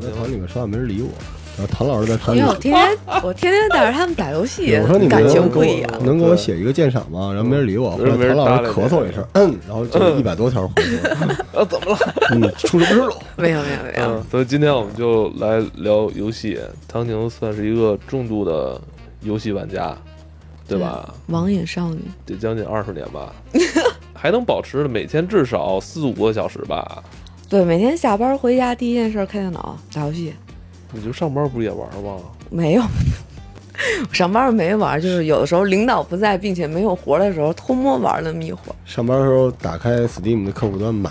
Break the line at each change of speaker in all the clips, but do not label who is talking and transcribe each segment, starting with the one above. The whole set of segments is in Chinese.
在团里面说话没人理我，然后唐老师在团
因
里
为，我天天我天天带着他们打游戏
我说你，们
感情
能给
不一
我
样。
能给我写一个鉴赏吗？然后没人理我，后
对
来唐老师
嗯没人搭理
咳
你
嗽一声，嗯，然后就一百多条回复，
啊，怎么了？
嗯，出什么事 了？
没有没有没有，
嗯，所以今天我们就来聊游戏。唐宁算是一个重度的游戏玩家，对吧？
网瘾少女，
得将近二十年吧，还能保持每天至少四五个小时吧。
对，每天下班回家第一件事开电脑打游戏，
你就上班不是也玩吗？
没有。 我上班没玩，就是有的时候领导不在，并且没有活的时候，偷摸玩那么一会儿。
上班的时候打开 Steam 的客户端买，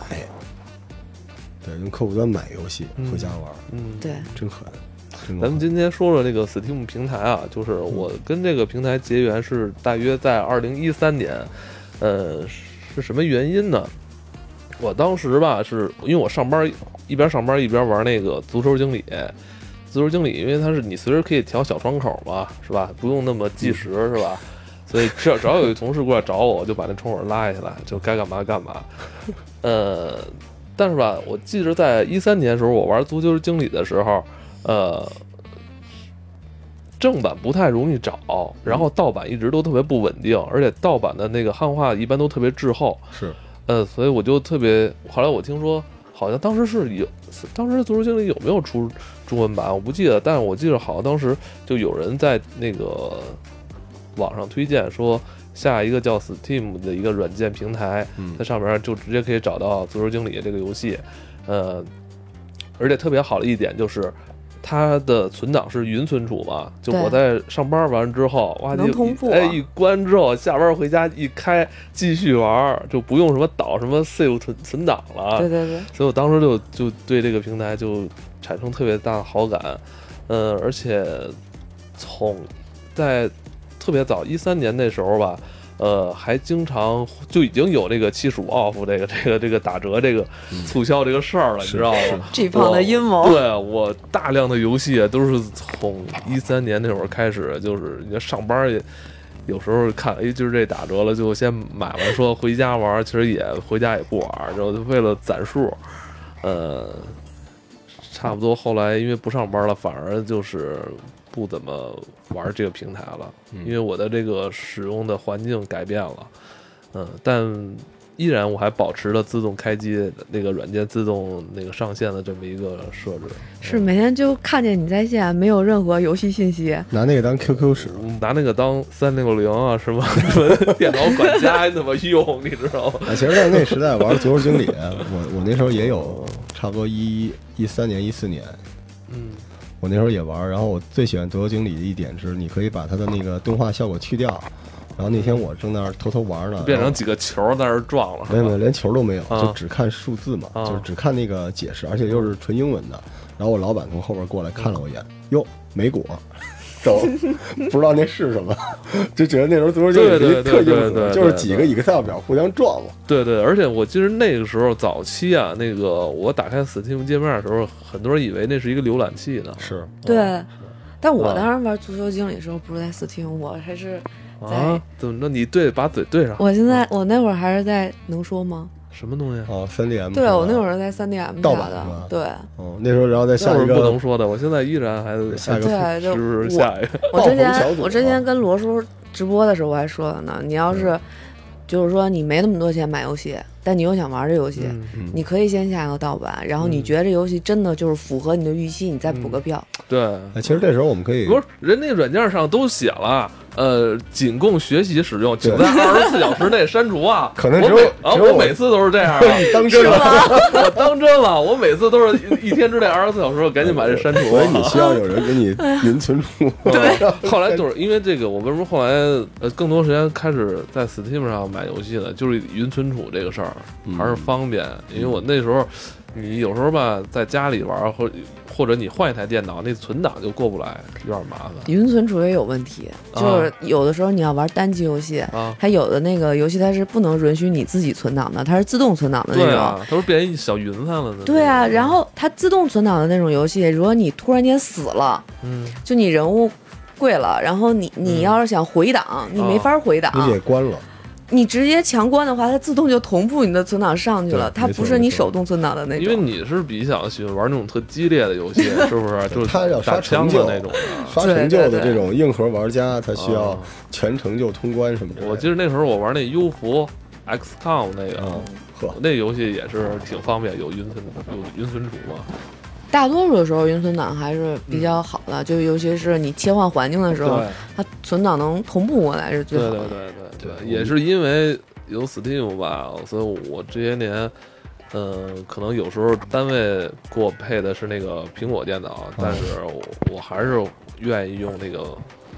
对，用客户端买游戏回家玩，
嗯，
对，
真狠，真
咱
狠
们。今天说说这个 Steam 平台啊，就是我跟这个平台结缘是大约在二零一三年，呃，是什么原因呢？我当时吧，是因为我上班一边上班一边玩那个足球经理，足球经理因为它是你随时可以调小窗口嘛，是吧？不用那么计时，是吧？所以只要只要有一同事过来找我，我就把那窗口拉下来，就该干嘛干嘛。呃，但是吧，我记着在一三年的时候，我玩足球经理的时候，呃，正版不太容易找，然后盗版一直都特别不稳定，而且盗版的那个汉化一般都特别滞后，
是
呃，所以我就特别，后来我听说好像当时是有，当时足球经理有没有出中文版我不记得，但是我记得好像当时就有人在那个网上推荐说下一个叫 Steam 的一个软件平台，
嗯
在上面就直接可以找到《足球经理》这个游戏，呃，而且特别好的一点就是。它的存档是云存储嘛？就
对
我在上班完之后，哇，
能
就
同步啊
哎，一关之后，下班回家一开，继续玩儿，就不用什么导什么 save 存存档了。
对对对，
所以我当时就就对这个平台就产生特别大的好感，嗯，而且从在特别早一三年那时候吧，呃，还经常就已经有这个七十五 off 这个这个这个打折这个促销这个事儿了，你知道吗？
这胖的阴谋
我。对我大量的游戏啊，都是从一三年那会儿开始，就是你上班也有时候看，哎，就是这打折了，就先买完，说回家玩儿，其实也回家也不玩儿，就为了攒数，呃，差不多后来因为不上班了，反而就是不怎么玩这个平台了，因为我的这个使用的环境改变了，嗯、但依然我还保持了自动开机那个软件自动那个上线的这么一个设置，
是每天就看见你在线，没有任何游戏信息。
拿那个当 QQ 使，
嗯拿那个当三六零啊什么什 么电脑管家怎么用，你知道吗？
啊，其实，在那时代玩足球经理， 我我那时候也有，差不多一一三年、一四年，
嗯，
我那时候也玩。然后我最喜欢足球经理的一点是，你可以把它的那个动画效果去掉。然后那天我正在那儿偷偷玩呢，
变
然后
成几个球在那儿撞了，是
没有没有，
吧？
连球都没有，
啊
就只看数字嘛，
啊
就是只看那个解释，而且又是纯英文的。然后我老板从后边过来看了我一眼，哟，没果，走， 不知道那是什么， 就觉得那时候足球经
对对
理特
对对
硬
对
核，
对
就是几个 Excel 表互相撞嘛。
对对，而且我记得那个时候早期啊，那个我打开 Steam 界面的时候，很多人以为那是一个浏览器呢。
是，
对，但我
啊
当时玩足球经理的时候不是在 Steam，我还是
啊，怎么着？你对，把嘴对上。
我现在我那会儿还是在能说吗？
什么东西？啊
哦，三 D M。
嗯对，啊我那会儿在三 DM
盗
下
版是吧
的，对
哦，那时候然后再下
那会
一
儿不能
个
说的，我现在依然还
下一个
对，
是
就
不是
我
下一个？
我
爆
之
红小
前
组
我之前
嘛
跟罗叔直播的时候我还说了呢，你要是就是说你没那么多钱买游戏，但你又想玩这游戏，
嗯
嗯
你可以先下一个盗版，然后你
嗯
觉得这游戏真的就是符合你的预期，你再补个票。
对，
哎，其实这时候我们可以
不是人那软件上都写了，呃，仅供学习使用，请在二十四小时内删除啊。
可能只有
我每啊，
只有
我
我
每次都是 这样的。
当真了，
我当真了，我每次都是一一天之内二十四小时，我赶紧把这删除。啊
所以你需要有人给 你
哎
云存储。啊
对， 后来就是因为这个，我为什么后来呃更多时间开始在 Steam 上买游戏呢？就是云存储这个事儿
嗯
还是方便，因为我那时候你有时候吧在家里玩，或或者你换一台电脑，那存档就过不来，有点麻烦
云存储也有问题，就是
啊
有的时候你要玩单机游戏，
嗯
啊。
它有的那个游戏它是不能允许你自己存档的，它是自动存档的那
对
种。
啊，它不是变成一小云散了呢？
对啊，然后它自动存档的那种游戏，如果你突然间死了，
嗯，
就
嗯
你人物跪了，然后你你要是想回档，你没法回档，
哦
啊
你给关了，
你直接强关的话，它自动就同步你的存档上去了，
对
它
没错
不是
没
你
错
手动存档的那
因为
种。
你是比较喜欢玩那种特激烈的 游戏，是不是？就是
他要
打
刷
枪
成
的
就
那种啊的。
刷
对
成就
对
的
对
这种硬核玩家，他需要
啊
全成就通关什么之类的。
我记得那时候我玩那幽浮 XCOM 那个，
啊，呵，
那游戏也是挺方便，有云存有云存储嘛。
大多数的时候，云存档还是比较好的，就尤其是你切换环境的时候，它存档能同步过来是最
对
好
对
的。
对对对，也是因为有 Steam 吧，所以我这些年。嗯，可能有时候单位给我配的是那个苹果电脑，
嗯
但是我我还是愿意用那个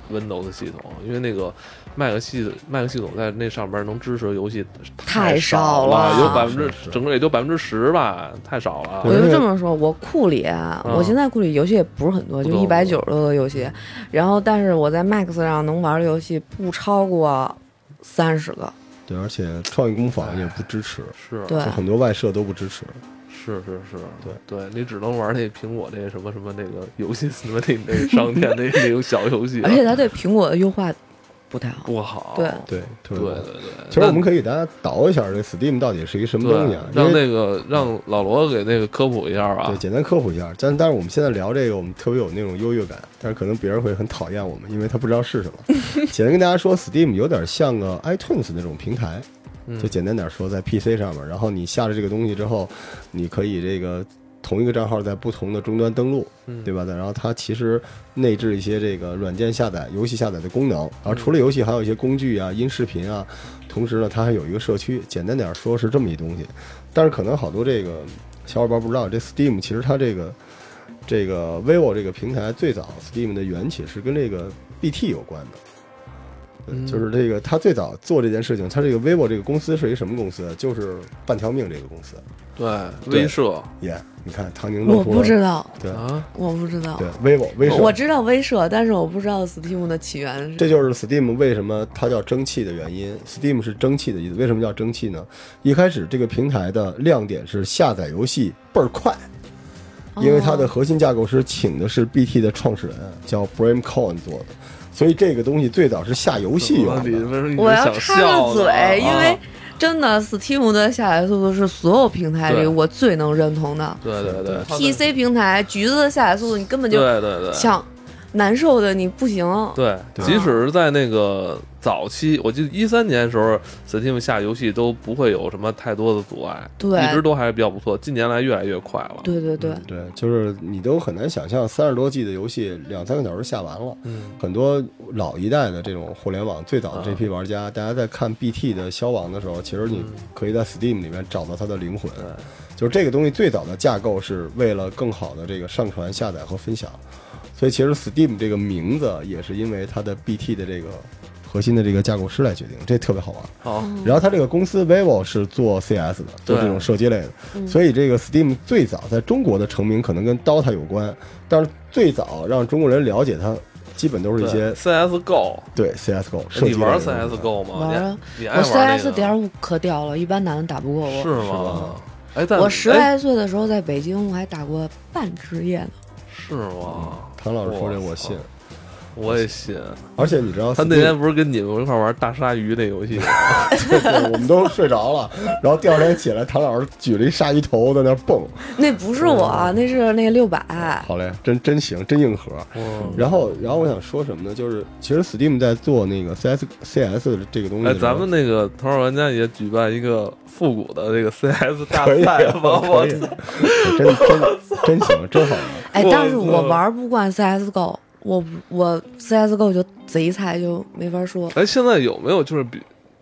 Windows 系统，因为那个 Mac 系 Mac 系统在那上边能支持的游戏
太
少
少
了，
了
有百分之
是是
整个也就百分之十吧，太少
我
了。
对
就这么说，我库里啊，
嗯
我现在库里游戏也不是很多，就
不多
一百九十多个游戏，然后但是我在 Max 上能玩的游戏不超过三十个，
对，而且创意工坊也不支持，
是
对
就很多外设都不支持。
是是是，
对
对，你只能玩那苹果那什么什么那个游戏什么那那商店那那种小游戏啊，
而且它对苹果的优化不太好。
不好。
对
对，特
对
别
对
多
对，
其实我们
那
可以大家倒一下这 Steam 到底是一什么东西啊
对？
因
让
为
那个让老罗给那个科普一下
对，
啊。
简单科普一下。但但是我们现在聊这个，我们特别有那种优越感，但是可能别人会很讨厌我们，因为他不知道是什 么。简单跟大家说，Steam 有点像个 iTunes 那种平台，
嗯
就简单点说，在 PC 上面，然后你下了这个东西之后，你可以这个同一个账号在不同的终端登录，
嗯
对吧？然后它其实内置一些这个软件下载、游戏下载的功能，然
嗯
后除了游戏，还有一些工具啊、音视频啊。同时呢，它还有一个社区，简单点说是这么一东西。但是可能好多这个小伙伴不知道，这 Steam 其实它这个这个 vivo 这个平台最早 Steam 的缘起是跟这个 BT 有关的。对
嗯
就是这个，它最早做这件事情，它这个 vivo 这个公司是一什么公司？啊就是半条命这个公司。
对，
对
威慑
耶、你看唐宁露
我
出
不
了
知道，
对
啊，
我不知道，
对 vivo 威
我我
慑，
知道威慑，但是我不知道 Steam 的起源是。
这就是 Steam 为什么它叫蒸汽的原因。Steam 是蒸汽的意思，为什么叫蒸汽呢？一开始这个平台的亮点是下载游戏倍儿快，
哦
因为它的核心架构师请的是 BT 的创始人叫 Bram Cohen 做的，所以这个东西最早是下游戏
我
用
你
的。
为什么你
我要插
想
个
笑
嘴，
呢啊
因为真的 Steam 的下载速度是所有平台里
对
我最能认同的。
对对对
PC 平台橘子的下载速度，你根本就
对对对
想难受的你不行。
对，
对
即使是在那个早期，我记得一三年的时候，Steam 下游戏都不会有什么太多的阻碍，
对
一直都还是比较不错。近年来越来越快了，
对对对，
嗯
对，就是你都很难想象三十多 G 的游戏两三个小时下完了。
嗯，
很多老一代的这种互联网最早的这批玩家，大家在看 BT 的消亡的时候，其实你可以在 Steam 里面找到它的灵魂。就是这个东西最早的架构是为了更好的这个上传、下载和分享，所以其实 Steam 这个名字也是因为它的 BT 的这个核心的这个架构师来决定，这特别好玩。
好，
嗯
然后它这个公司 vivo 是做 CS 的，做这种射击类
嗯
的，所以这个 Steam 最早在中国的成名可能跟 DOTA 有关，但是最早让中国人了解它，基本都是一些
CSGO，
对 CSGO 射
你
击类的
玩 CSGO 吗？
玩啊
你你爱
我
玩那
CS
个
点五可屌了，一般男的打不过
是
我。
吗？哎，但
我十
哎
来岁的时候在北京，我还打过半职业呢。
是吗？
唐老师说这
哇
我
塞
信，
我也信。
而且你知道
他
Steam-
那天不是跟你们一块玩大鲨鱼那游戏 吗？
对，我们都睡着 了，然后第二天起来，唐老师举了一鲨鱼头在那儿蹦。
那不是我，那是那六
哦
百。
好嘞，真真行，真硬核。
嗯
然后，然后我想说什么呢？就是其实 Steam 在做那个 CS CS 的这个东西
哎，
的时候，
咱们那个头号玩家也举办一个复古的这个 CS 大
可以啊
赛吗？我
可以啊真真真行，真好玩。
哎
我，
但是我
嗯
操
玩不惯 CSGO，我我 CSGO 就贼菜，就没法说。
哎，现在有没有就是比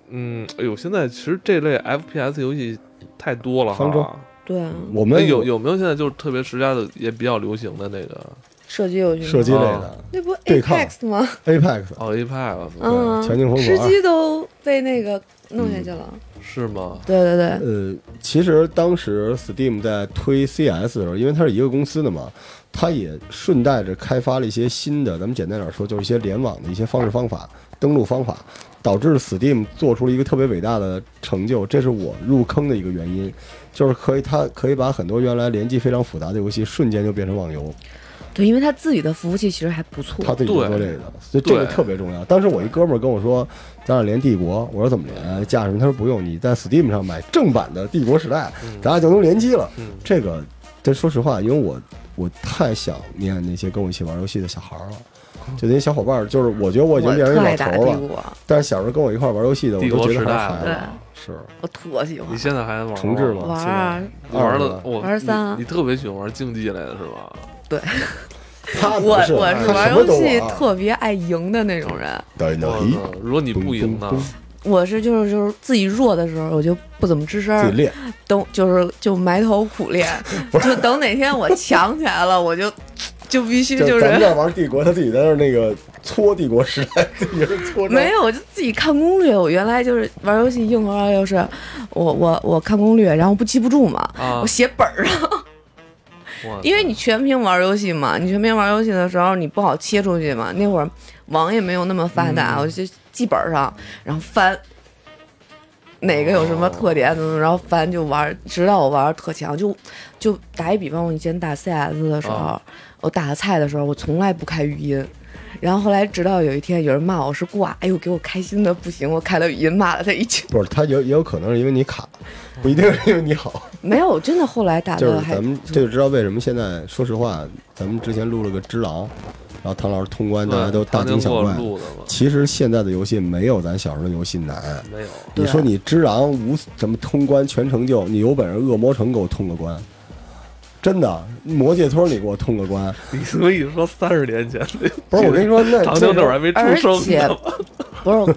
嗯，哎呦，现在其实这类 FPS 游戏太多了
方舟
哈。
对啊，
我
哎，
们
有有没有现在就是特别时下的也比较流行的那个
射击游戏吗，
射击类
啊
的
那不
对抗
Apex 吗？
Apex，
哦 Apex
嗯，
强劲风
吃
火啊嗯
鸡都被那个弄下去了。
是吗？
对对对，
呃，其实当时 Steam 在推 CS 的时候，因为它是一个公司的嘛，它也顺带着开发了一些新的，咱们简单点说，就是一些联网的一些方式方法、登录方法，导致 Steam 做出了一个特别伟大的成就，这是我入坑的一个原因，就是可以它可以把很多原来联机非常复杂的游戏瞬间就变成网游，
对，因为他自己的服务器其实还不错。
他自己就说这个，所以这个
对
特别重要。当时我一哥们儿跟我说，咱俩连帝国，我说怎么连？架什么？他说不用，你在 Steam 上买正版的《帝国时代》，咱俩就能联机了。
嗯
这个，但说实话，因为我我太想念那些跟我一起玩游戏的小孩儿了。
哦
就那些小伙伴儿，就是我觉得我已经
我
变成一
特
老
爱打帝
头儿了，啊
国，
但是小时候跟我一块儿玩游戏的，我
帝
都
国
觉
时
得还
代
是孩
对
子。是
我特喜欢
你现在还玩
重置
吗？
吗？
玩
现在啊
儿。啊
玩
了
的我
玩三啊
你，你特别喜欢玩竞技类的是吧？
他不
我
是
我
他
是玩
什么
游
都
戏
玩啊
特别爱赢的那种人，
对
我
呢，
操如果你不赢呢
咚？
我是就是就是自己弱的时候，我就不怎么吱声
自
儿
己，练，
等就是就埋头 苦练，就等哪天我强起来了，我就就必须
就是咱们这儿玩帝国，他自己在那儿那个搓帝国时代，自己在那儿搓着
没有，我就自己看攻略。我原来就是玩游戏硬核啊，就是我我我看攻略，然后不记不住嘛，
啊
我，写本儿上，
我
因为你全屏玩游戏嘛，你全屏玩游戏的时候你不好切出去嘛，那会儿网也没有那么发达，
嗯
我就记本儿上，然后翻。哪个有
哦
什么特点怎么，然后翻就玩，直到我玩儿特强。就就打一比方，我以前打 CS 的时候，
哦
啊
我打菜的时候，我从来不开语音。然后后来直到有一天有人骂我是挂，哎呦给我开心的不行，我开了语音骂了他一句。
不是，他有也有可能是因为你卡，不一定是因为你好。
没有，真的后来打
就是
的嗯还
咱们这就知道为什么现在，说实话，咱们之前录了个《只狼》，然后唐老师通关，大家都大
唐
惊
宁给
小
我
怪。
录的嘛，
其实现在的游戏没有咱小时候的游戏难。
没有。
你
对啊
说你《只狼》无怎么通关全成就，你有本事《恶魔城》给我通个关，真的，《魔界村》你给我通个关。
你所以说三十年前的，
不是我跟你说，那
唐宁那会儿还没
而
出 生
且
呢。
不是，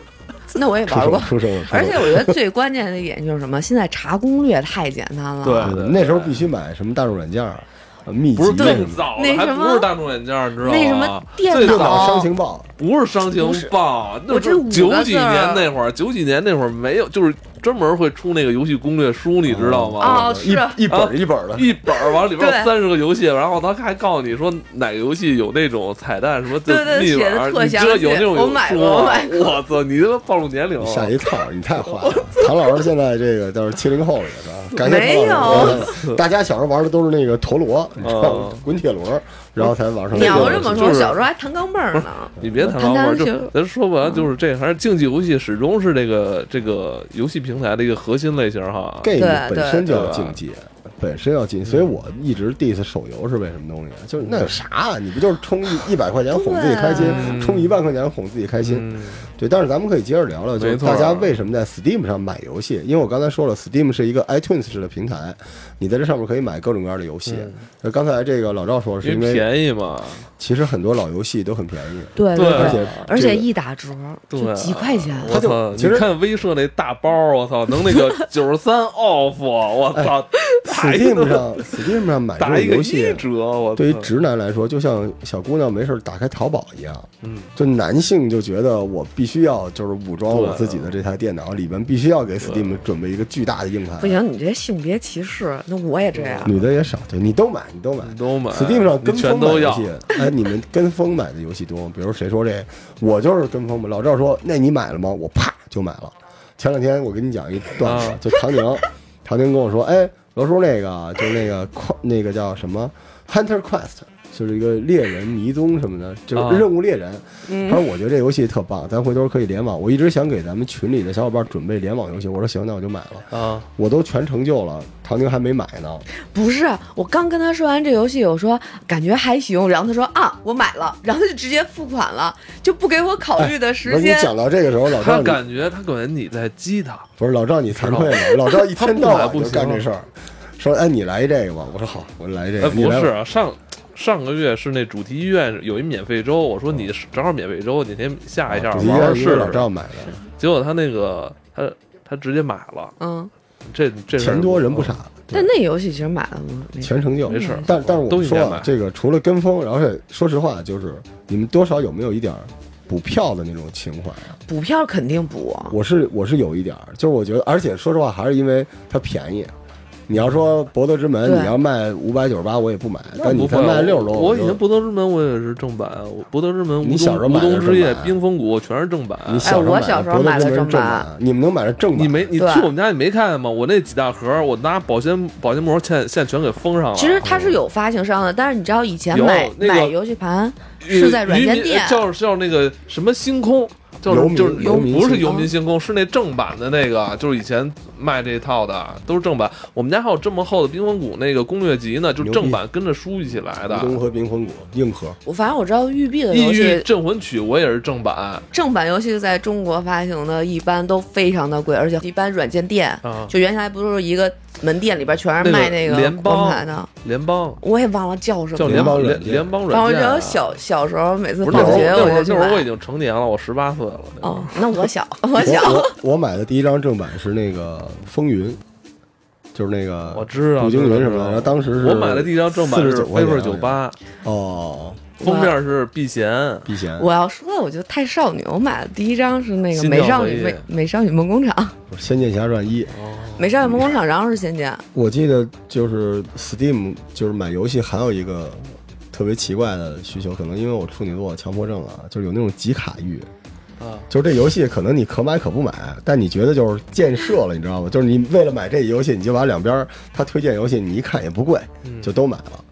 那我也玩过。
出生了，出生
而
了
且我觉得最关键的一点就是什么？现在查攻略太简单了。
对
对那时候必须买什么大众软件儿、呃秘籍
不是
什么
更
的，
早
那
了，还
什
不
么
是大众眼镜儿，你知道吗？
那什么电
最
电
脑
脑
早
伤情报，
不是伤情报，那
我这
是
五个
九几
字儿
年那会儿，九几年那会儿没有，就是专门会出那个游戏攻略书，你知道吗？
哦是
一一本儿一本儿的，
一本儿往里边有
对
三十个游戏，然后他还告诉你说哪个游戏有那种彩蛋什么
对对
密
写得
码，
特
你知
详
道
细，Oh
有那种
我
有
买
书
过我
吗
买？
我操，你他妈暴露年龄了！
下一套，你太坏了。唐老师现在这个都是七零后了，是吧？啊感谢
没有哦
唐老师，嗯大家小时候玩的都是那个陀螺，你知道吗
嗯？
滚铁螺，然后才玩上。
你要
那
这
个
么
就
说，
是
小时候还弹钢镚儿呢。
你别谈
谈
老板，
谈
就
行
咱说白了就是这，还是竞技游戏始终是这个这个游戏平台的一个核心类型哈。
g a
对
m 本身就要
啊对嗯
竞技，本身要竞技，所以我一直 diss 手游是为什么东西啊？就是那有啥啊？你不就是充一百块钱哄自己开心
对
啊，
充一万块钱哄自己开心，
嗯，
对，但是咱们可以接着聊聊，就是
没错
大家为什么在 Steam 上买游戏？因为我刚才说了，Steam 是一个 iTunes 式的平台，你在这上面可以买各种各样的游戏。那、刚才这个老赵说是因
嗯因为
为
便宜嘛，
其实很多老游戏都很便宜，
对
对
而
对，
且
而
这个
且一打折
对
就几块钱。啊
我操！
其实
你看威社那大包，我操，能那个 九十三 off，我
哎
操，打一
Steam
个
上 Steam 上买这
打
种
一个
游
一
戏，
折，我操嗯
对于直男来说，就像小姑娘没事儿打开淘宝一样，
嗯，
就男性就觉得我必须要就是武装我
对嗯
自己的这台电脑，里边必须要给 Steam 准备一个巨大的硬盘
不。行，你这性别歧视，那我也这样。
女的也少，对你都买，你都买，
你都买
Steam 上
你
跟
全
风买
都
游
要，
戏，哎，你们跟风买的游戏多吗？比如谁说这，我就是跟风嘛。老赵说，那你买了吗？我啪就买了。前两天我给你讲一段子
啊，
就唐宁， 唐宁跟我说，哎，罗叔那个就是那个快那个叫什么 Hunter Quest，就是一个猎人迷踪什么的，就是
啊
任务猎人。
嗯
他说我觉得这游戏特棒，咱回头可以联网。我一直想给咱们群里的小伙伴准备联网游戏，我说行，那我就买了。
啊，
我都全成就了，唐宁还没买呢。
不是，我刚跟他说完这游戏，我说感觉还行，然后他说啊，我买了，然后就直接付款了，就不给我考虑的
不
时
是哎你
间。
讲到这个时候，老
他
赵你
感觉他感觉你在激他，
不是老赵，你惭愧了。老赵一天到晚就干这事儿，说哎，你来这个吧。我说好，我来这
哎，
个。你
不
来
是
吧，
啊，上上个月是那主题医院有一免费周，我说你正好免费周，你先下一下
啊
玩玩
哦主机
试
是老
试。
赵买的，
结果他那个他他直接买了，
嗯，
这这事儿
钱多人不傻，
但那游戏其实买了吗？没
全成就
嗯没事儿
但但是
都
我
应
说
该
啊
买，
这个除了跟风，而且说实话，就是你们多少有没有一点儿补票的那种情怀啊？
补票肯定补。
我是我是有一点儿，就是我觉得，而且说实话，还是因为它便宜。啊你要说《博德之门》，
对
你要卖五百九十八，我也不买。
那
但
不
你
会
再
啊，
卖六十多，
我以
就
前《博德之门》我也是正版啊，我《博德之门》
你小时候
无
买的
冬
是
之夜
正》版
冰封谷全是正版。
你小时候
哎我
买的
小时候
博德
买
之
的
门
正
正
版
版，你们能买着正版？
嗯你没你去
对
我们家你没看见吗？我那几大盒，我拿保鲜保鲜膜现现在全给封上了。
其实它是有发行商的，但是你知道以前
哦有
买
那个
买游戏盘
渔
是在软件
渔民
店
呃，叫叫那个什么星空，叫
游民
就是
游民
不是
星
游
空
民星空，是那正版的那个，就是以前卖这套的都是正版。我们家还有这么厚的冰封谷那个攻略集呢，就是
牛逼
正版跟着书一起来的
《东。和冰魂谷》硬核，
我反正我知道育碧的
异
游
域
戏
镇魂曲我也是正版啊，
正版游戏在中国发行的，一般都非常的贵，而且一般软件店就原来不是一个门店里边全是卖那
啊那个
个
联邦
光盘的，
联邦
我也忘了叫什么
叫
联
联
邦
了。
邦
软
联
件
联邦
反正
软
我
件
觉
啊。
得小小时候每次
不是
放
那会
学
儿那会
我就
儿
去
那会儿我已
买。
经成年了，我十八岁了。那会儿
哦，那我小， 我小，
我我我买的第一张正版是那个《风云》，就是那个
我知道
杜精
知
云
道
什么的。
知道
然后当时是
我买的第一张正版是
49
f
块
a v o r
钱啊
酒吧，
哦，
封面是避嫌。啊
避嫌。
我要说，我就太少女，我买的第一张是那个《
心
美
跳
少
回
女
忆
美美少女梦工厂》，
《
《
仙剑奇侠传一》，
美少女梦工厂》，然后是《仙剑》，
我记得就是 Steam 就是买游戏还有一个特别奇怪的需求，可能因为我处女座强迫症啊，就是有那种集卡欲。
啊，
就是这游戏可能你可买可不买，但你觉得就是建设了，你知道吗？就是你为了买这游戏，你就把两边儿他推荐游戏你一看也不贵，
嗯
就都买了，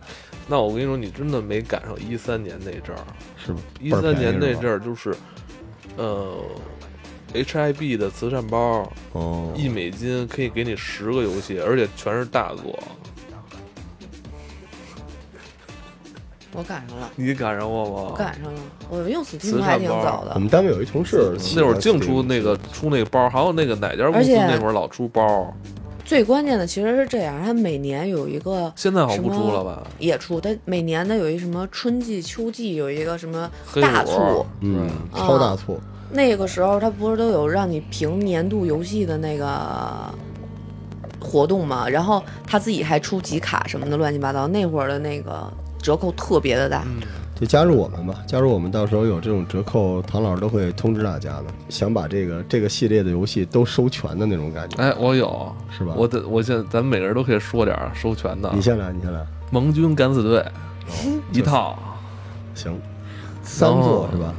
那我跟你说，你真的没赶上一三年那阵儿。
是吧？
一
倍儿
三
便
年
宜
那
是吧
阵儿就是，呃，HIB 的慈善包
哦，
一美金可以给你十个游戏，而且全是大作。
我赶上了。
你赶上过吗？
赶上了，我用 Steam
慈
还
善
挺
哦包嗯
早
我
的。
们单位有一同事喜欢
那会儿净
Steam
出那个出那个包，还有那个哪家公司
而且
那会儿老出包，
最关键的其实是这样，它每年有一个
现在好像不出了吧？
也出，它每年的有一什么春季、秋季有一个什么
黑
大
火
促，，
嗯
嗯，
超大促，
那个时候它不是都有让你评年度游戏的那个活动嘛？然后他自己还出集卡什么的，乱七八糟。那会儿的那个折扣特别的大，
嗯
就加入我们吧，加入我们，到时候有这种折扣，唐老师都会通知大家的。想把这个这个系列的游戏都收全的那种感觉，
哎，我有，
是吧？
我得我现在咱们每个人都可以说点儿收全的
你，先来，你先来，
盟军敢死 队一套，
行，三座是吧？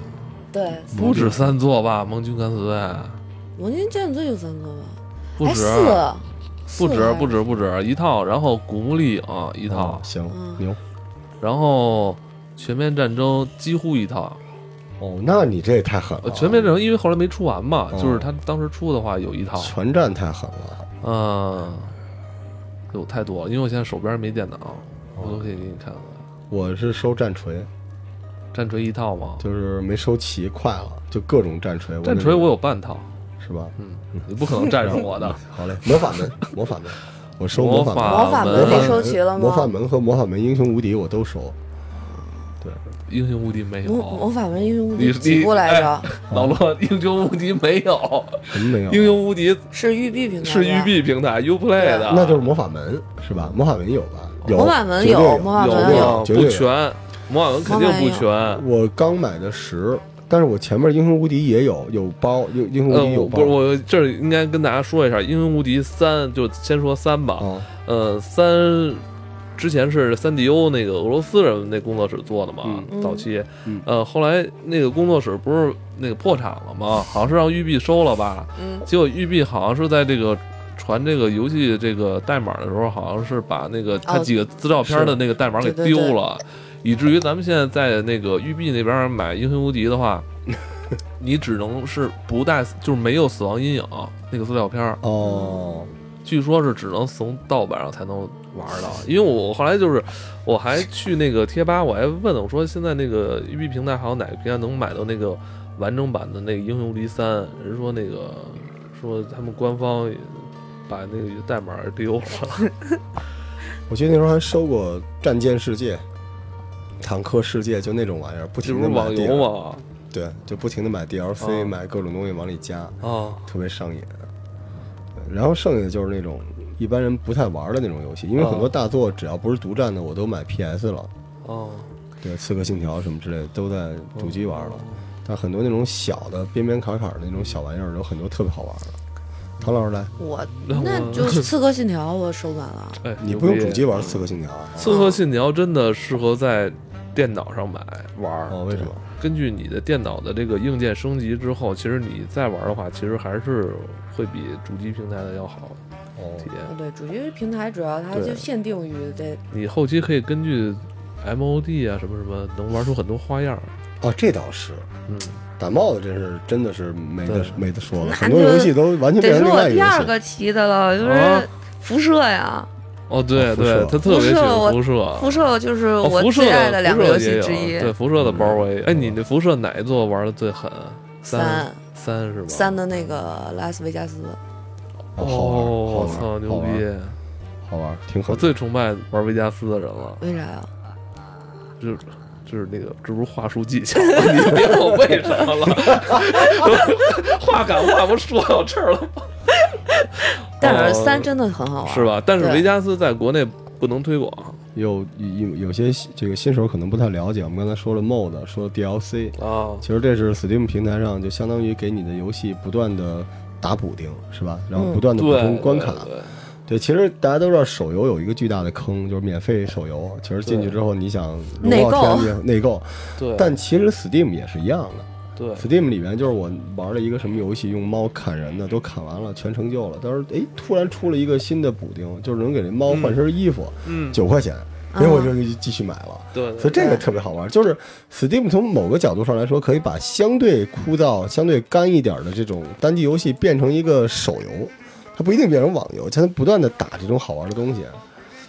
对，
不止三座吧？盟军敢死队
我那剑最有三个吧？
不
哎
止。啊
四，四
不
啊
止
还
不止啊不止一套，然后古墓丽影一套
哦，行
嗯，
牛。
然后全面战争几乎一套。
哦，那你这也太狠
呃
了，
全面战争因为后来没出完嘛，
哦
就是他当时出的话有一套，
全战太狠了。
嗯，有太多了，因为我现在手边没电脑，我都可以给你看看。
我是收战锤，
战锤一套吗？
就是没收齐，快了，就各种战锤。
战锤我有半套，
是吧？
嗯，你不可能战胜 我的。
好嘞，魔法门，魔法门，我收魔法门。
魔法
魔
门
法
被
门
收齐了吗？
魔法门和魔法门英雄无敌我都收，对，
英雄无敌没
魔魔
有，
法文英雄
哎你
几部
你哎
来着？
老罗英雄无敌没有，
什么没有？
英雄无敌
是育碧平台，
是育。碧平台 Uplay 的，
那就是魔法门是吧？魔法门有吧？有，
魔法门
绝对
有
有，
魔法门
绝对
有
绝对
不全，啊魔法文肯定不全。
我刚买的十，但是我前面英雄无敌也有，有包，有英雄无
呃
敌，有
我
包。
不是，我这儿应该跟大家说一下，《英雄无敌三》就先说三吧。
啊，
呃，三之前是三 D O 那个俄罗斯人那工作室做的嘛，
嗯
早期。
嗯
呃，后来那个工作室不是那个破产了吗？好像是让育碧收了吧？
嗯，
结果育碧好像是在这个传这个游戏这个代码的时候，好像是把那个
哦
它几个资料片的那个代码给
对对
丢
对
了，以至于咱们现在在那个育碧那边买《英雄无敌》的话，你只能是不带，就是没有死亡阴影那个资料片儿，
哦，
据说是只能从盗版上才能玩到。因为我后来就是，我还去那个贴吧，我还问我说，现在那个育碧平台还有哪个平台能买到那个完整版的那个《英雄无敌三》？人说那个说他们官方也把那个代码丢了，
我记得那时候还收过《战舰世界》《坦克世界》，就那种玩意儿，不
这
停
不
的
是
买
网
D，
游吗？
对，就不停的买 DLC，、
哦
买各种东西往里加，
啊，
特别上瘾。对然后剩下的就是那种一般人不太玩的那种游戏，因为
哦
很多大作只要不是独占的，我都买 PS 了。
哦，
对，《刺客信条》什么之类的都在主机
哦
玩了，但很多那种小的边边坎坎的那种小玩意儿，有很多特别好玩的。唐老师来，
我
那
那
我
就是《刺客信条》，我手版了。
哎，
你
牛
不用
逼
主机玩《刺客信条》啊？
刺客信条真的适合在电脑上买玩儿
哦，为什么？
根据你的电脑的这个硬件升级之后，其实你再玩的话，其实还是会比主机平台的要好
哦
体验。
啊对，主机平台主要它
对
就限定于这，
你后期可以根据 MOD 啊什么什么，能玩出很多花样儿。
哦，这倒是，
嗯，
打帽子真是真的是没得
对
没得说了，
那
很多游戏都完全变成
得是
另
我
外一
第
游
二
戏。
个骑的了，就
啊
是辐射呀，
哦，对
哦辐射
对，他特别喜欢辐射。
辐射就是
哦，
我
辐射
最爱
的
两个游
辐射
戏
也有啊
之一。
对辐射的包我也。哎，你那辐射哪一座玩的最狠？三
三
三是吧？
三的那个拉斯维加斯，
哦
哦，
好
我
玩好
操，
玩
牛逼！
好玩，挺狠
我。最崇拜玩维加斯的人了。
为啥呀？
就是就是那个，这不是话术技巧吗？ 你别问我为什么了， 话赶话不说到这儿了吗？
但是
哦
三真的很好玩，
是？吧？但是
对
维加斯在国内不能推广
有有有些新这个新手可能不太了解，我们刚才说了 MOD，说 DLC，
啊。
其实这是 Steam 平台上就相当于给你的游戏不断的打补丁，是吧？然
嗯
后不断的补充
对，
关卡。
对对
对，其实大家都知道手游有一个巨大的坑，就是免费手游。其实进去之后，你想如
内
望
购
天地 内购，
对，
但其实 Steam 也是一样的。
对
Steam 里面就是我玩了一个什么游戏，用猫砍人的，都砍完了，全成就了。当时哎，突然出了一个新的补丁，就是能给那猫换身衣服，
嗯，
九、块钱，
啊
哎，我就继续买了。
对对
所以这个特别好玩，就是 Steam 从某个角度上来说，可以把相对枯燥、相对干一点的这种单机游戏变成一个手游，它不一定变成网游，它能不断的打这种好玩的东西，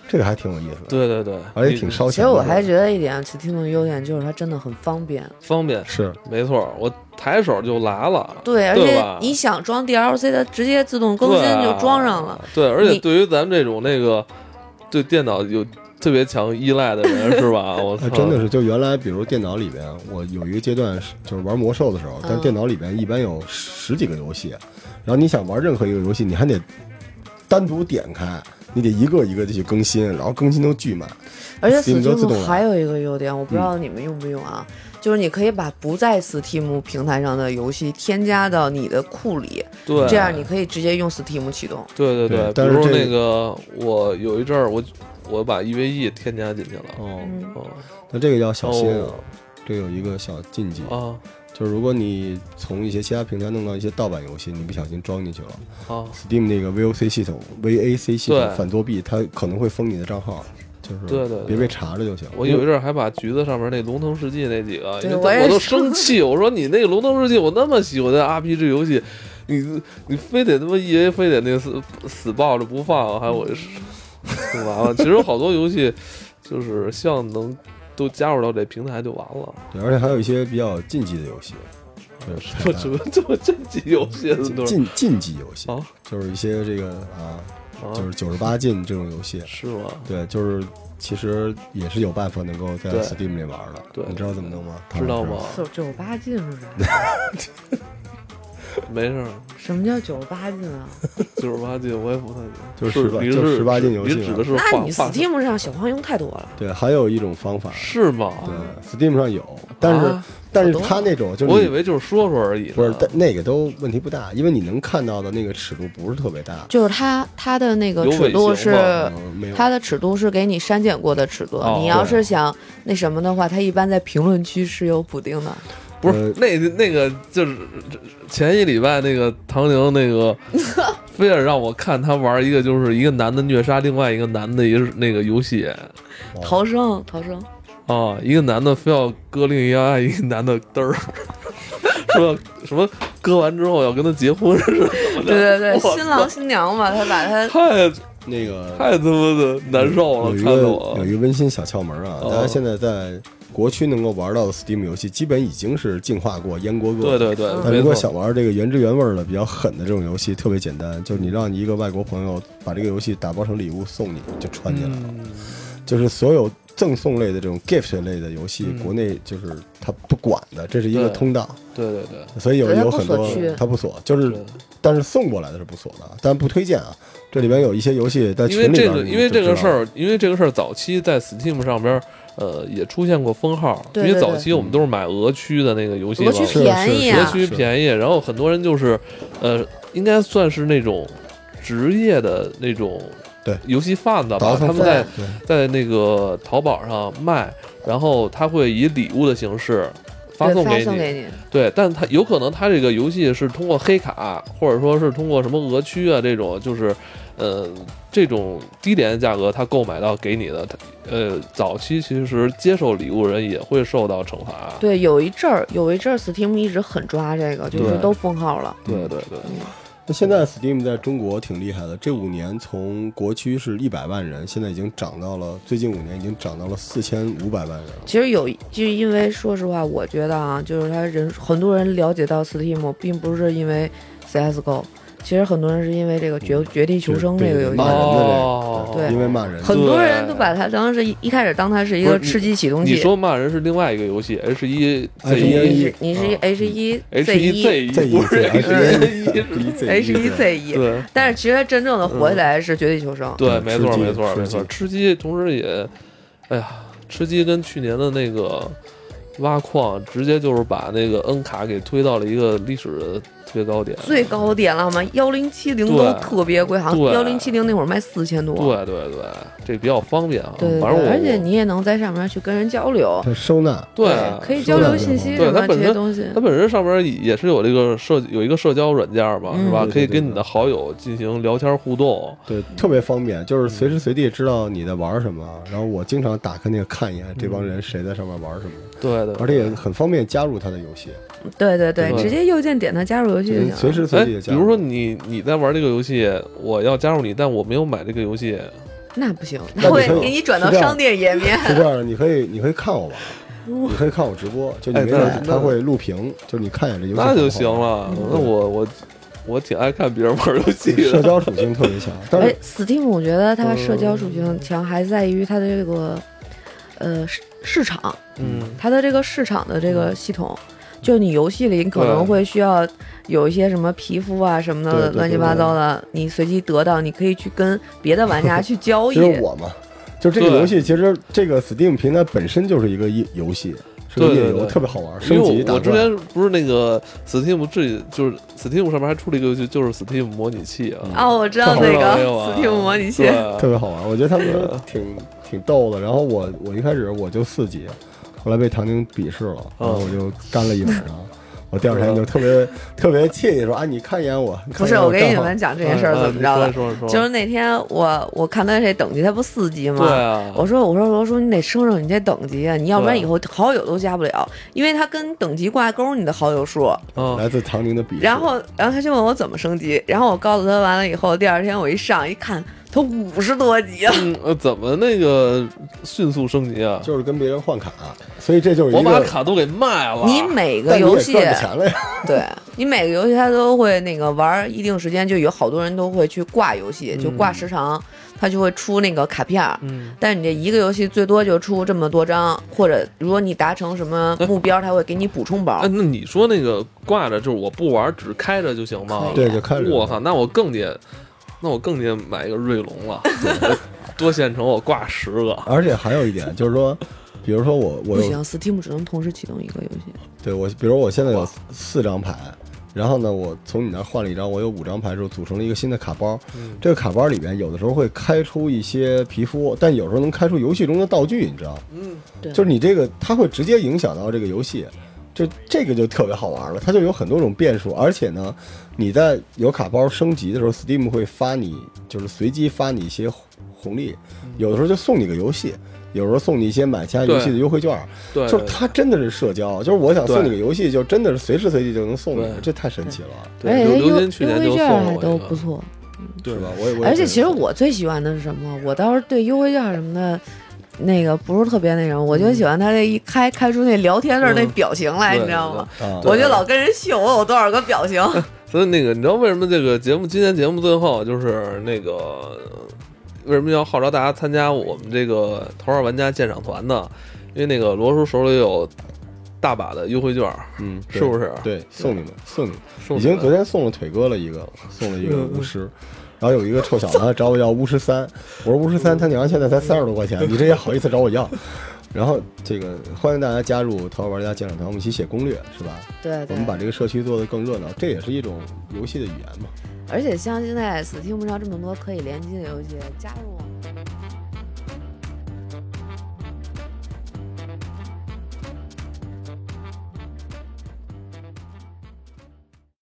这个还挺有意思的，
对对对，
而且挺烧
其
钱
实
的。
我还觉得一点起听的优点就是它真的很方便，
方便，
是
没错，我抬手就来了，
对，而
对
且
吧
你想装 DLC，它直接自动更新就装上了。
对啊。对，而且
你
对于咱们这种那个对电脑有特别强依赖的人，是吧？我操
啊，，真的是，就原来比如电脑里边，我有一个阶段是就是玩魔兽的时候，但是
嗯
电脑里边一般有十几个游戏，然后你想玩任何一个游戏，你还得单独点开，你得一个一个的去更新，然后更新都巨慢。
而且
Steam 就自动
Steam
了
还有一个优点，我不知
嗯
道你们用不用啊，就是你可以把不在 Steam 平台上的游戏添加到你的库里，
对，
这样你可以直接用 Steam 启动。
对对
对
对，比
但是
如
这
那个我有一阵儿，我我把 EVE 添加进去了。
哦
嗯，
哦
那这个要小心啊
哦，
这有一个小禁忌，
啊
就是如果你从一些其他平台弄到一些盗版游戏，你不小心装进去了
啊！
，Steam 那个 VOC 系统、VAC 系统
对
反作弊，它可能会封你的账号，就是
对对对
别被查着就行。
我有一阵儿还把橘子上面那《龙腾世纪》那几个，
对
因为
我也
我都
是
生气，我说你那个《龙腾世纪》，我那么喜欢的 RPG 游戏，你你非得他妈 EA 非得那死死抱着不放，还有我是
嗯
就完了。其实好多游戏就是希望能都加入到这平台就完了。
对，而且还有一些比较禁忌的游戏，就是彩
我
蛋
怎么这么禁忌游戏的都是
禁禁忌游戏
啊，
就是一些这个啊，
啊？
就是九十八禁这种游戏，
是吗？
对，就是其实也是有办法能够在
对
Steam 里玩的，
对
你知道怎么弄吗？
知道吗？？
九九八进是 啥？
没事儿，
什么叫九十八进啊？
九十八禁我也不太懂，
就是18
你
就是18禁游戏
你指的是
那
画
你
画
Steam 上小黄用太多了。
对，还有一种方法，
是吗？
对，Steam 上有，但是、
啊
但是
懂了
它那种就是
我以
你
为就是说说而已呢。
不是，但那个都问题不大，因为你能看到的那个尺度不是特别大，
就是它它的那个
有
尺度
尾行
是
吗
嗯，没有
它的尺度是给你删减过的尺度。
哦
你要是想那什么的话，它一般在评论区是有补丁的。
不是
呃
那那个就是前一礼拜那个唐宁那个，非得让我看他玩一个就是一个男的虐杀另外一个男的一个那个游戏
逃生，逃生，
啊，一个男的非要割另一个爱一个男的嘚儿， 说要什么割完之后要跟他结婚 似的，
对对对，
我操
新郎新娘嘛，他把他
太
那个
太他妈的难受了，
有一
看
个
得我
有一个温馨小窍门啊，
哦
大家现在在国区能够玩到的 Steam 游戏，基本已经是进化过、阉割过的
对。对对，
但
没
如果
错
想玩这个原汁原味儿的、比较狠的这种游戏，特别简单，就是你让一个外国朋友把这个游戏打包成礼物送你，就传进来了。
嗯
就是所有赠送类的这种 gift 类的游戏，
嗯
国内就是它不管的，这是一个
对
通道，
对对对，
所以有
对它
有
不
很
锁
多
区
它不锁，就是
对
但是送过来的是不锁的，但不推荐啊。这里边有一些游戏在
因
群
为
里边
这
儿
个，
你
因
就
为这个
知道
事儿，因为这个事儿，早期在 Steam 上边儿，呃，也出现过封号。
对对
因为早
对
期我们都是买俄区的那个游戏嘛，
俄区
是
便宜
是
啊
俄，区便宜，然后很多人就是，呃，应该算是那种职业的那种
对
游戏贩子
倒
吧，
腾
他们
贩
在
子对
在那个淘宝上卖，然后他会以礼物的形式发送
发
给
送
你。
给你，
对，但它有可能它这个游戏是通过黑卡，或者说是通过什么额区啊这种，就是，呃，这种低廉的价格它购买到给你的，它呃，早期其实接受礼物人也会受到惩罚。
对，有一阵儿有一阵儿 Steam 一直很抓这个，就是
对
都封号了。嗯
对嗯对对，
那现在 Steam 在中国挺厉害的，这五年从国区是一百万人，现在已经涨到了最近五年已经涨到了四千五百万人了。
其实有，就因为说实话，我觉得啊，就是他人很多人了解到 Steam，并不是因为 CS:GO，其实很多人是因为
嗯
这个绝绝地求生这个游戏。
骂人的这
哦
个，
对
因为骂人。
很多人都把它当是一开始当它是一个
不是你
吃鸡启动
你
器，
说骂人是另外一个游戏，H 一 Z
你
一
H1
是你是 H 一
H 一
Z
Z
这
一，不是 H 一
一
H 一 Z 一，
对嗯
但是其实真正的火起来是绝地求生。
对，没错
吃鸡
没错
吃鸡
没错，吃鸡同时也，哎呀，吃鸡跟去年的那个挖矿，直接就是把那个 N 卡给推到了一个历史的特别高点。
最高点了好吗？幺零七零都
对
特别贵，好像
对
幺零七零那会儿卖四千多。
对对对，这比较方便啊。
对对
反正
对，
我
而且你也能在上面去跟人交流，
它收纳，
对啊
可以
交
交
流
流
信
信
息
息
对
什
什么它
么
本
这
身
些东西
它。本身上面也是有这个社有一个社交软件嘛，
嗯
是吧？
对对
可以跟
对
你的好友进行聊天互动。
对，特别方便，就是随时随地知道你在玩什么。然后我经常打开那个看一眼，这帮
嗯
人谁在上面玩什么，
对对，
而且也很方便加入他的游戏，
对对对，
对
直接右键点它加入游戏就行
就
了。
随时随
哎，
地地
比
加入。
如说你你在玩这个游戏，我要加入你，但我没有买这个游戏，
那不行，
那
它
你
会
可以
给你转到
是这样
商店页面。
是这样的，你可以你可以看我玩，你可以看我直播，就你
哎
没
那
事
那
他会录屏，就是你看一眼这游戏
那就
好
行
不好玩。嗯
了。那我我我挺爱看别人玩游戏
社
的。
交属性特别 强，但
哎
是嗯
，Steam 我觉得它社交属性强，还在于它的这个呃市市场，
嗯，
它的这个市场的这个系统。就你游戏里，你可能
对
会需要有一些什么皮肤啊什么
对对
的
对
乱七八糟的，你随机得到，你可以去跟别的玩家去交易
就。 是我嘛，就这个
对
游戏其实这个 Steam 平台本身就是一个页游戏，是个
对对
页游，
对
特别好玩，
嗯
因为
升级
我
打
我之
怪。
前不是那个 Steam 自己就是 Steam 上面还出了一个游戏，就是 Steam 模拟器啊。
哦，我知道那
知道
个
没有啊
Steam 模拟器，
嗯特
对，
别好玩，我觉得他们都挺挺逗的。然后我我一开始我就四级，后来被唐宁鄙视了，
嗯
然后我就干了一晚上。我第二天就特别 特别惬意地说啊，你看一眼我，
不是
看一眼
我给你
账号
们讲这件事儿怎么着的
的？嗯哎你，说说说，
就是那天我我看他这等级，他不四级吗？
对啊，
我说我说我说你得升升你这等级啊，你要不然
对
以后好友都加不了，因为他跟等级挂钩，你的好友数。
嗯
来自唐宁的鄙视。
然后然后他就问我怎么升级，然后我告诉他完了以后，第二天我一上一看，他五十多级了。
嗯呃，怎么那个迅速升级啊？
就是跟别人换卡，所以这就是
我
一
把
个，
卡都给卖了。
你每个
但你
游
也
戏，
赚不钱了 呀。
对你每个游戏他都会那个玩一定时间，就有好多人都会去挂游戏，就挂时长，他就会出那个卡片儿。
嗯，
但是你这一个游戏最多就出这么多张，或者如果你达成什么目标，他会给你补充包
哎，。那你说那个挂着就是我不玩，只开着就行吗？
可以
对，就开始。
我靠，那我更得，那我更得买一个锐龙 了，多线程我挂十个。
而且还有一点就是说，比如说我我
不
有
行，Steam 只能同时启动一个游戏。
对我，比如我现在有四张牌，然后呢，我从你那儿换了一张，我有五张牌之后组成了一个新的卡包。
嗯
这个卡包里边有的时候会开出一些皮肤，但有时候能开出游戏中的道具，你知道吗？
嗯，
对，
就是你这个它会直接影响到这个游戏，就这个就特别好玩了，它就有很多种变数，而且呢，你在有卡包升级的时候，Steam 会发你就是随机发你一些红红利，
嗯
有的时候就送你个游戏。有时候送你一些买家游戏的优惠券，
对，
就是它真的是社交，就是我想送你
对
个游戏，就真的是随时随地就能送你
对，
这太神奇了，
对
而且它
刘刘
哎优
金去年
优
就
惠
送
券
了我
还
一
都
个
不错。
对
是吧？我也我也
而且其实
觉得
我最喜欢的是什么？我倒是对优惠券什么的。那个不是特别那什么，我
嗯
就喜欢他那一开开出那聊天那儿那
嗯
表情来，
对
你知道吗？
啊，
我就老跟人秀我有多少个表 情，
所以那个，你知道为什么这个节目今天节目最后就是那个呃为什么要号召大家参加我们这个头号玩家鉴赏团呢？因为那个罗叔手里有大把的优惠券，
嗯，
是不是？啊
对，送你们，送你们。
送
已
你们，
经昨天送了腿哥了一个，送了一个巫师，然后有一个臭小子找我要巫师三，我说巫师三他娘现在才三十多块钱，你这也好意思找我要？然后这个欢迎大家加入头号玩家鉴赏团，我们一起写攻略，是吧？
对
我
对
们，把这个社区做得更热闹，这也是一种游戏的语言嘛。
而且像现在 Steam 上这么多可以联机的游戏，加入我们。